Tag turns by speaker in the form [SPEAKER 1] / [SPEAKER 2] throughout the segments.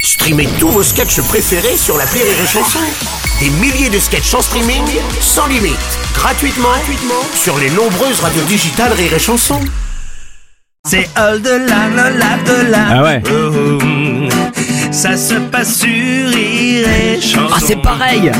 [SPEAKER 1] Streamez tous vos sketchs préférés sur la Rire et Chanson. Des milliers de sketchs en streaming, sans limite, gratuitement, gratuitement sur les nombreuses radios digitales Rire et Chanson.
[SPEAKER 2] C'est all de la la la de la.
[SPEAKER 3] Ah ouais.
[SPEAKER 2] Oh, hum. ça se passe sur Rire et Chanson.
[SPEAKER 3] Ah, c'est pareil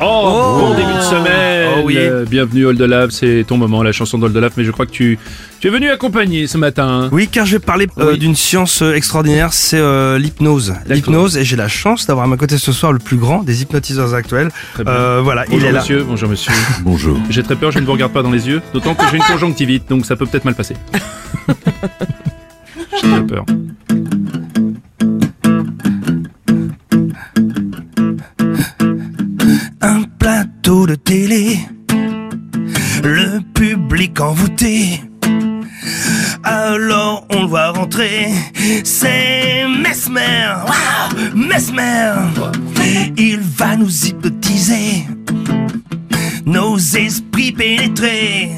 [SPEAKER 4] Oh, bon début de semaine
[SPEAKER 2] Oh oui.
[SPEAKER 4] Euh, Bienvenue Old Love, c'est ton moment, la chanson d'Old Love, mais je crois que tu, tu es venu accompagner ce matin.
[SPEAKER 2] Oui, car je vais parler euh,
[SPEAKER 4] Oui.
[SPEAKER 2] d'une science euh, extraordinaire, c'est euh, l'hypnose. L'hypnose, et j'ai la chance d'avoir à ma côté ce soir le plus grand des hypnotiseurs actuels.
[SPEAKER 4] Très bien.
[SPEAKER 2] Euh, voilà, il
[SPEAKER 4] Bonjour
[SPEAKER 2] est là.
[SPEAKER 4] monsieur, bonjour monsieur.
[SPEAKER 5] Bonjour.
[SPEAKER 4] J'ai très peur, je ne vous regarde pas dans les yeux, d'autant que j'ai une conjonctivite, donc ça peut peut-être mal passer. j'ai très peur.
[SPEAKER 2] un plateau de télé. Le public envoûté. Alors on le voit rentrer. C'est Mesmer. Waouh, Mesmer. Il va nous hypnotiser. Nos esprits pénétrés.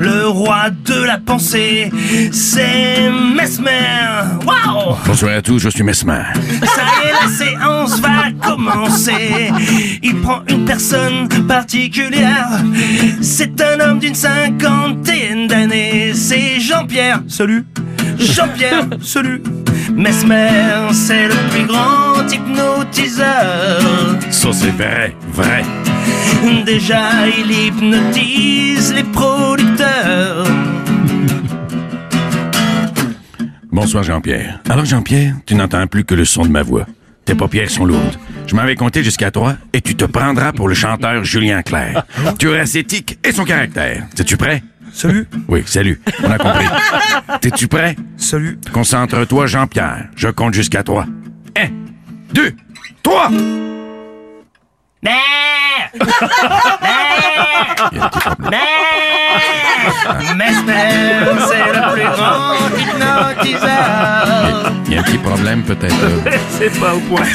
[SPEAKER 2] Le roi de la pensée, c'est Mesmer. Waouh!
[SPEAKER 5] Bonsoir à tous, je suis Mesmer.
[SPEAKER 2] Ça y est, la séance va commencer. Il prend une personne particulière. C'est un homme d'une cinquantaine d'années. C'est Jean-Pierre. Salut. Jean-Pierre. Salut. Mesmer, c'est le plus grand hypnotiseur.
[SPEAKER 5] Ça c'est vrai, vrai.
[SPEAKER 2] Déjà, il hypnotise les producteurs.
[SPEAKER 5] Bonsoir Jean-Pierre. Alors Jean-Pierre, tu n'entends plus que le son de ma voix. Tes paupières sont lourdes. Je m'en vais compter jusqu'à trois et tu te prendras pour le chanteur Julien Clerc. Tu auras ses tics et son caractère. Es-tu prêt?
[SPEAKER 2] Salut.
[SPEAKER 5] Oui, salut. On a compris. T'es-tu prêt?
[SPEAKER 2] Salut.
[SPEAKER 5] Concentre-toi Jean-Pierre. Je compte jusqu'à trois. Un, deux, trois!
[SPEAKER 2] Mesmer, c'est le plus grand hypnotiseur.
[SPEAKER 5] Il y a un petit problème peut-être. là.
[SPEAKER 4] c'est pas au point.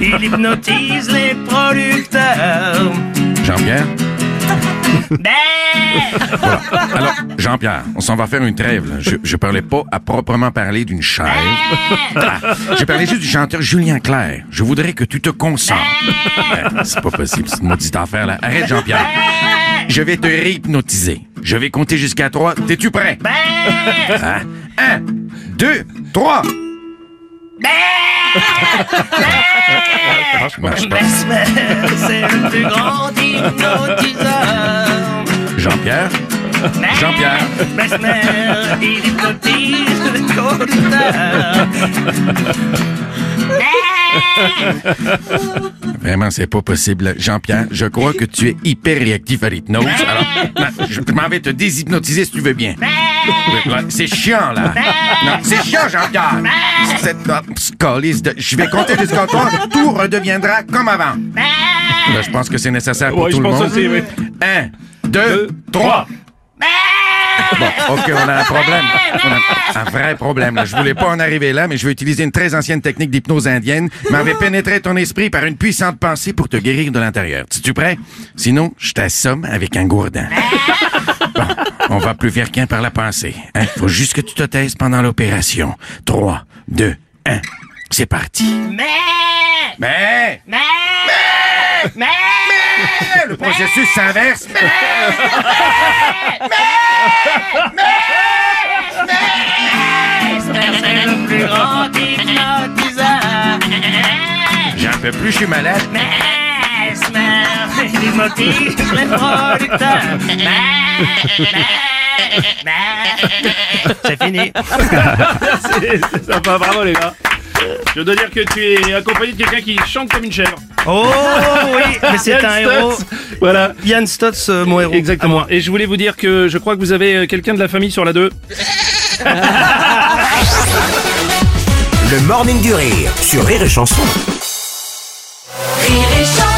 [SPEAKER 2] Il hypnotise les producteurs.
[SPEAKER 5] Jean-Pierre?
[SPEAKER 2] Ben
[SPEAKER 5] Alors, Jean-Pierre, on s'en va faire une trêve. là. Je, je parlais pas à proprement parler d'une chaise. Ah, je parlais juste du chanteur Julien Clerc. Je voudrais que tu te concentres. Euh, c'est pas possible, c'est une maudite affaire, là. Arrête, Jean-Pierre. Je vais te réhypnotiser. Je vais compter jusqu'à trois. T'es-tu prêt? Hein? Un, deux, trois. Ça
[SPEAKER 2] Ben!
[SPEAKER 5] marche pas.
[SPEAKER 2] Mesmer, c'est le plus grand hypnotiseur.
[SPEAKER 5] Jean-Pierre? Jean-Pierre?
[SPEAKER 2] Mesmer, il hypnotise les producteurs.
[SPEAKER 5] Vraiment, c'est pas possible. Jean-Pierre, je crois que tu es hyper réactif à l'hypnose. Alors, non, je je m'en vais te déshypnotiser si tu veux bien. Oui, là, C'est chiant, là. Non, c'est chiant, Jean-Pierre. Cette oh, pss, calisse de... Je vais compter jusqu'à toi. Tout redeviendra comme avant. Là, je pense que c'est nécessaire pour
[SPEAKER 4] Ouais,
[SPEAKER 5] tout
[SPEAKER 4] je
[SPEAKER 5] le
[SPEAKER 4] pense
[SPEAKER 5] monde.
[SPEAKER 4] aussi, oui.
[SPEAKER 5] Un, deux, trois. Bon, OK, on a un problème. On a un vrai problème. Là. Je voulais pas en arriver là, mais je vais utiliser une très ancienne technique d'hypnose indienne. M'avait pénétré ton esprit par une puissante pensée pour te guérir de l'intérieur. Es-tu prêt? Sinon, je t'assomme avec un gourdin. Bon, on va plus faire qu'un par la pensée. Hein? Faut juste que tu te taises pendant l'opération. 3, 2, 1. C'est parti. Mais! Mais! Mais! Le processus s'inverse. Mais!
[SPEAKER 2] C'est le plus grand hypnotiseur.
[SPEAKER 5] J'en peux plus, je suis malade.
[SPEAKER 2] Mesmer, il hypnotise les producteurs. Mesmer, C'est fini.
[SPEAKER 4] c'est c'est sympa, bravo les gars. Je dois dire que tu es accompagné de quelqu'un qui chante comme une chèvre.
[SPEAKER 2] Oh oui, mais c'est
[SPEAKER 4] Yann
[SPEAKER 2] un
[SPEAKER 4] Stutz.
[SPEAKER 2] héros. Ah
[SPEAKER 4] Voilà.
[SPEAKER 2] Yann Stotz, mon héros.
[SPEAKER 4] Exactement. Et je voulais vous dire que je crois que vous avez euh, quelqu'un de la famille sur la 2.
[SPEAKER 1] Le morning du rire sur Rire et Chanson.
[SPEAKER 6] Rire et chanson